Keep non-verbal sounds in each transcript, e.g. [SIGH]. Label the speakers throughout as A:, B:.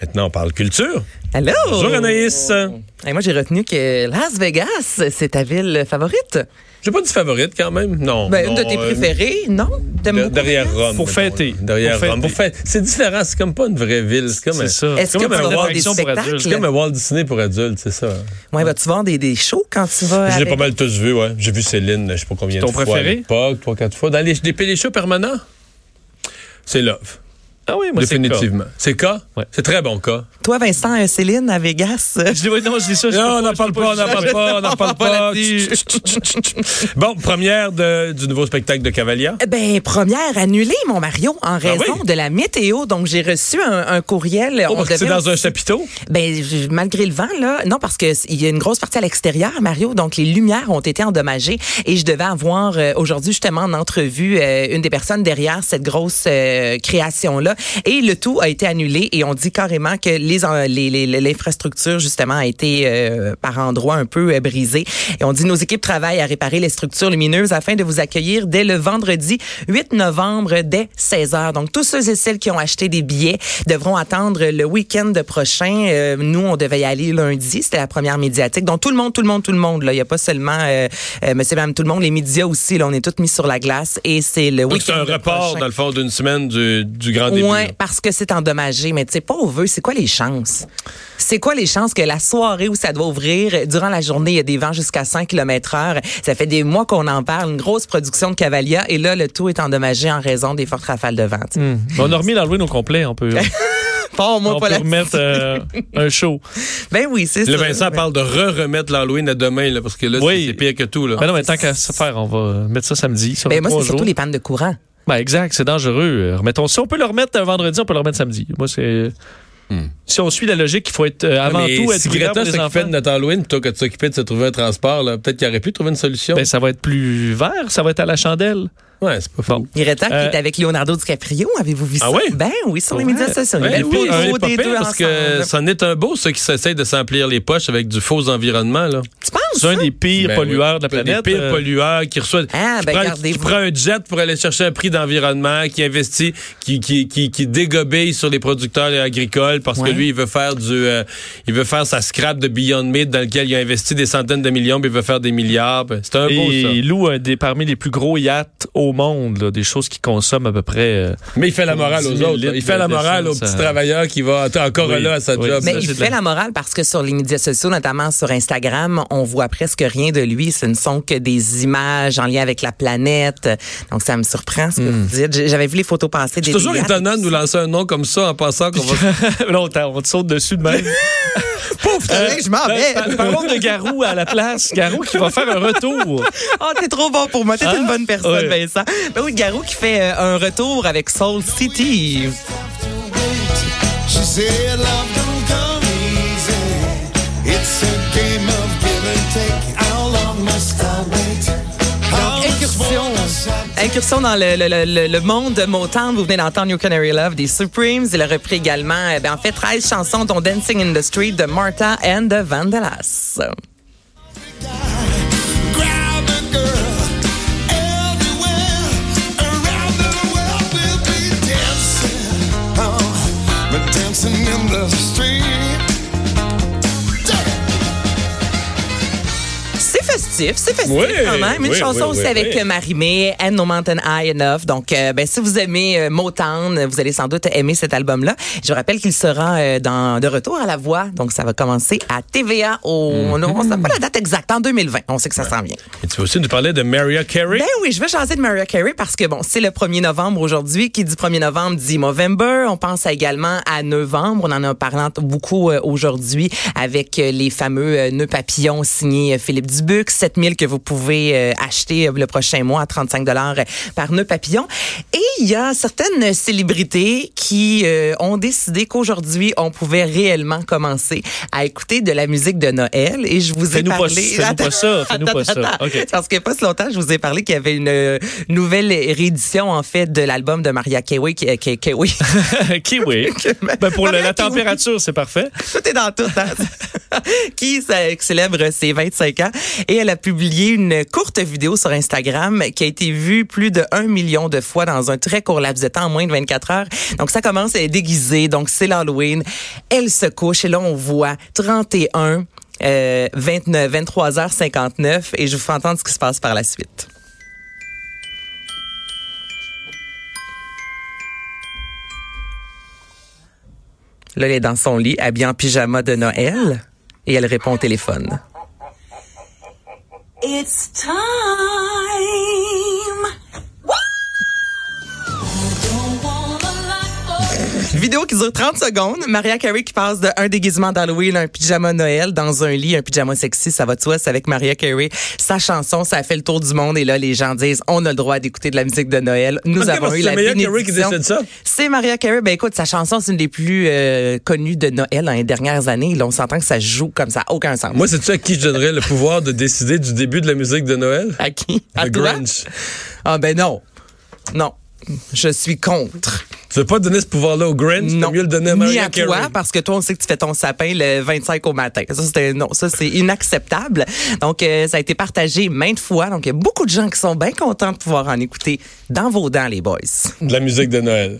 A: Maintenant, on parle culture.
B: Allô?
A: Bonjour Anaïs.
B: Et moi, j'ai retenu que Las Vegas, c'est ta ville favorite.
A: J'ai pas dit favorite quand même. Non.
B: Ben,
A: non,
B: une de tes
A: euh,
B: préférées, non? T'aimes
A: de-
B: beaucoup
A: derrière
B: Vegas?
A: Rome.
C: Pour
A: mettons,
C: fêter.
A: là. Derrière
C: Pour fêter.
A: Rome. Pour fêter. C'est différent. C'est comme pas une vraie ville. C'est comme, un-
C: C'est ça.
B: Est-ce
A: C'est
B: que
A: comme
B: tu vas
A: un
B: voir
A: Walt
B: des
C: Disney pour adultes.
A: c'est comme
B: spectacles?
A: un Walt Disney pour adultes, c'est ça.
B: Ouais, vas-tu voir des, des shows quand tu vas
A: Je l'ai
B: à
A: pas mal tous vu, ouais. J'ai vu Céline, je sais pas combien
C: Ton
A: de fois
C: préféré?
A: à l'époque, trois, quatre fois. Dans les, des pédés shows permanents, c'est Love.
C: Ah oui, moi, c'est
A: définitivement. C'est cas?
C: Ouais.
A: C'est très bon cas.
B: Toi, Vincent, euh, Céline, à Vegas.
C: Je dis, ouais, non, je dis ça. je
A: Non, on
C: peux
A: n'en
C: je
A: parle
C: peux
A: pas, on n'en
C: je-
A: parle pas, on
C: [LAUGHS]
A: n'en parle pas. Bon, première de- du nouveau spectacle de Cavalia.
B: Eh Ben, première annulée, mon Mario, en raison
A: Ah oui?
B: de la météo. Donc, j'ai reçu un, un courriel.
A: Oh,
B: On
A: parce que c'est
B: devait-
A: dans un chapiteau.
B: Ben, j- malgré le vent, là, non, parce que s- il y a une grosse partie à l'extérieur, Mario, donc les lumières ont été endommagées et je devais avoir euh, aujourd'hui justement en entrevue euh, une des personnes derrière cette grosse euh, création-là et le tout a été annulé et on dit carrément que les en- les- les- les- l'infrastructure justement a été euh, par endroits un peu euh, brisée et on dit nos équipes travaillent à réparer les structures lumineuses afin de vous accueillir dès le vendredi 8 novembre dès 16h. Donc tous ceux et celles qui ont acheté des billets devront attendre le week-end prochain. Euh, nous, on devait y aller lundi. C'était la première médiatique. Donc, tout le monde, tout le monde, tout le monde. Là. Il n'y a pas seulement euh, euh, monsieur, madame, tout le monde. Les médias aussi, là, on est tous mis sur la glace. Et c'est le
A: Donc, c'est
B: week-end
A: un report,
B: prochain.
A: dans le fond, d'une semaine du, du grand début.
B: Ouais,
A: là.
B: parce que c'est endommagé. Mais tu sais, pas au vœu, c'est quoi les chances? C'est quoi les chances que la soirée où ça doit ouvrir, euh, durant la journée, il y a des vents jusqu'à 100 km heure. Ça fait des mois qu'on en parle, une grosse production de Cavalia. Et là, le tout est endommagé en raison des fortes rafales de vent. tu sais.
C: Mais On a remis l'Halloween au
B: [LAUGHS]
C: complet. On peut,
B: Pas au moins
C: Mm. on
B: pas
C: peut
B: la-
C: remettre euh, un show.
B: Ben oui, c'est ça.
A: Le Vincent parle de re-remettre l'Halloween à demain, là, parce que là,
C: Oui.
A: c'est- c'est pire que tout. Là.
C: Mais Ben non, mais tant qu'à se faire, on va mettre ça samedi. Ça va
B: Ben
C: être
B: moi,
C: trois
B: c'est surtout
C: jours.
B: les pannes de courant.
C: Ben, exact, c'est dangereux. Euh, Remettons. Si on peut le remettre un vendredi, on peut le remettre samedi. Moi, c'est. Si on suit la logique, il faut être euh, avant
A: Hmm. Mais
C: tout être
A: si
C: prudent pour
A: Greta
C: les
A: s'occupait
C: enfants.
A: de notre Halloween plutôt que de s'occuper de se trouver un transport, là, peut-être qu'il aurait pu trouver une solution.
C: Ben, ça va être plus vert, ça va être à la chandelle.
A: ouais, c'est pas faux.
C: Bon.
B: Greta
C: Euh,
B: qui est avec Leonardo DiCaprio, avez-vous vu ça?
A: Ah oui?
B: Ben oui, sur les
C: Ouais. Ben
B: médias sociaux.
A: Ouais,
B: Il y a
A: et
B: le
A: puis,
B: plus
A: un
B: gros
A: est pas
B: des
A: pire,
B: deux
A: parce que
B: ensemble.
A: c'en est un beau, ceux qui s'essayent de s'emplir les poches avec du faux environnement. Là.
B: Tu penses?
C: C'est un
B: ça?
C: des pires
A: Ben
C: pollueurs
A: oui.
C: de la planète.
A: Des pires
C: Euh,
A: pollueurs qui reçoit.
B: Ah, ben,
A: qui, prend,
B: gardez-vous.
A: qui prend un jet pour aller chercher un prix d'environnement, qui investit, qui, qui, qui, qui dégobille sur les producteurs agricoles parce
B: Ouais.
A: que lui, il veut faire du. euh, il veut faire sa scrap de Beyond Meat dans lequel il a investi des centaines de millions, puis il veut faire des milliards. Ben, C'est un
C: euh, Et
A: beau, ça.
C: il loue un des parmi les plus gros yachts au monde, là, des choses qui consomment à peu près. euh,
A: Mais il fait la morale
C: 10
A: aux
C: 000
A: autres. là. Il
C: litres
A: fait
C: de
A: la morale aux
C: d'essence,
A: petits
C: euh,
A: travailleurs qui va encore
C: oui,
A: là à sa
C: oui,
A: job.
C: ça,
B: Mais
A: là.
C: c'est
B: il
C: de la-
B: fait la morale parce que sur les médias sociaux, notamment sur Instagram, on voit presque rien de lui. Ce ne sont que des images en lien avec la planète. Donc, ça me surprend ce que
C: Hmm.
B: vous dites. J- J'avais vu les photos passer des
A: C'est toujours
B: yachts.
A: étonnant de nous lancer un nom comme ça en pensant qu'on va.
C: [LAUGHS] Longtemps, on te saute dessus
B: [LAUGHS]
C: de même.
B: [LAUGHS] Pouf, t'as- je m'en vais.
C: Euh, Par- Parlons
B: [LAUGHS]
C: de Garou à la place. Garou qui va faire un retour.
B: Ah, t'es trop bon pour moi. T'es
C: Hein?
B: une bonne personne,
C: Ouais.
B: Vincent. Ben oui, Garou qui fait euh, un retour avec Soul City.
D: She said, Love don't come easy. It's a game of give and take. How long must I wait? How
B: Donc, incursion. Incursion dans le, le- le- le- le monde de Motown. Vous venez d'entendre New Canary Love des Supremes. Il a repris également, euh, ben, en fait, 13 chansons, dont Dancing in the Street de Martha and the Vandellas.
D: Grab a girl. Everywhere around the world we'll be dancing. Oh, but dancing in the street.
B: C'est festif, c'est festif
A: Oui,
B: quand même. Une
A: oui,
B: chanson
A: oui,
B: aussi
A: oui,
B: avec
A: oui.
B: euh, Marie-Mé, And No Mountain High Enough. Donc, euh, ben, si vous aimez euh, Motown, vous allez sans doute aimer cet album-là. Je vous rappelle qu'il sera euh, dans, de retour à la voix. Donc, ça va commencer à TVA au...
A: Mhm.
B: non, on sait pas la date exacte, en 2020. On sait que ça s'en vient.
A: Et tu veux aussi nous parler de Maria Carey?
B: Ben oui, je veux jaser de Mariah Carey parce que bon, c'est le 1er novembre aujourd'hui. Qui dit 1er novembre dit Movember. On pense également à novembre. On en a parlé beaucoup euh, aujourd'hui avec euh, les fameux euh, nœuds papillons signés euh, Philippe Dubuc. 7000 que vous pouvez euh, acheter euh, le prochain mois à 35 dollars euh, par nœud papillon. Et il y a certaines célébrités qui euh, ont décidé qu'aujourd'hui, on pouvait réellement commencer à écouter de la musique de Noël. Et je vous ai
C: Fais-nous pas,
B: parlé...
C: fais-nous pas ça. Fais-nous
B: [LAUGHS]
C: pas
B: Attends,
C: ça.
B: attends.
C: OK.
B: Parce que pas si longtemps, je vous ai parlé qu'il y avait une euh, nouvelle réédition, en fait, de l'album de Maria Carey. qui- euh, qui- [LAUGHS] Carey.
C: [LAUGHS]
B: [LAUGHS]
C: Kiwi. Ben, pour le-
B: Maria
C: la
B: Kiwi.
C: température, c'est parfait.
B: [LAUGHS] tout est dans tout, hein? qui, ça- qui célèbre ses 25 ans. Et elle a publié une courte vidéo sur Instagram qui a été vue plus de 1 million de fois dans un très court laps de temps, en moins de 24 heures. Donc, ça commence, elle est déguisée. Donc, c'est l'Halloween. Elle se couche et là, on voit 31, euh, 29, 23h59 et je vous fais entendre ce qui se passe par la suite. Là, elle est dans son lit, habillée en pyjama de Noël, et elle répond au téléphone.
E: It's time.
B: Vidéo qui dure 30 secondes. Maria Carey qui passe de un déguisement d'Halloween à un pyjama de Noël dans un lit, un pyjama sexy, ça va de soi, c'est avec Maria Carey. Sa chanson, ça a fait le tour du monde et là, les gens disent, on a le droit d'écouter de la musique de Noël. Nous
A: Ok,
B: avons
A: parce
B: eu
A: que
B: la
A: c'est Mariah Carey qui
B: bénédiction.
A: décide ça.
B: C'est Maria Carey. Ben écoute, sa chanson, c'est une des plus euh, connues de Noël dans les dernières années. Là, on s'entend que ça joue comme ça, aucun sens.
A: Moi, c'est-tu à qui je donnerais le pouvoir de décider du début de la musique de Noël?
B: à qui? À
A: The
B: toi?
A: Grinch.
B: Ah ben non. Non. Je suis contre.
A: Tu veux pas donner ce pouvoir-là au Grinch?
B: Non.
A: Tu mieux le donner à
B: Ni
A: Mariah
B: à toi,
A: Carey.
B: parce que toi, on sait que tu fais ton sapin le 25 au matin. Ça, c'était, non, ça, c'est inacceptable. Donc, euh, ça a été partagé maintes fois. Donc, il y a beaucoup de gens qui sont bien contents de pouvoir en écouter dans vos dents, les boys.
A: De la musique de Noël.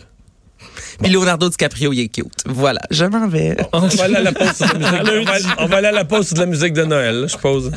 B: Puis Leonardo DiCaprio, il est cute. Voilà. Je m'en vais.
A: On va aller à la pause sur de la musique- on va- on va aller à la pause sur de la musique de Noël, je suppose.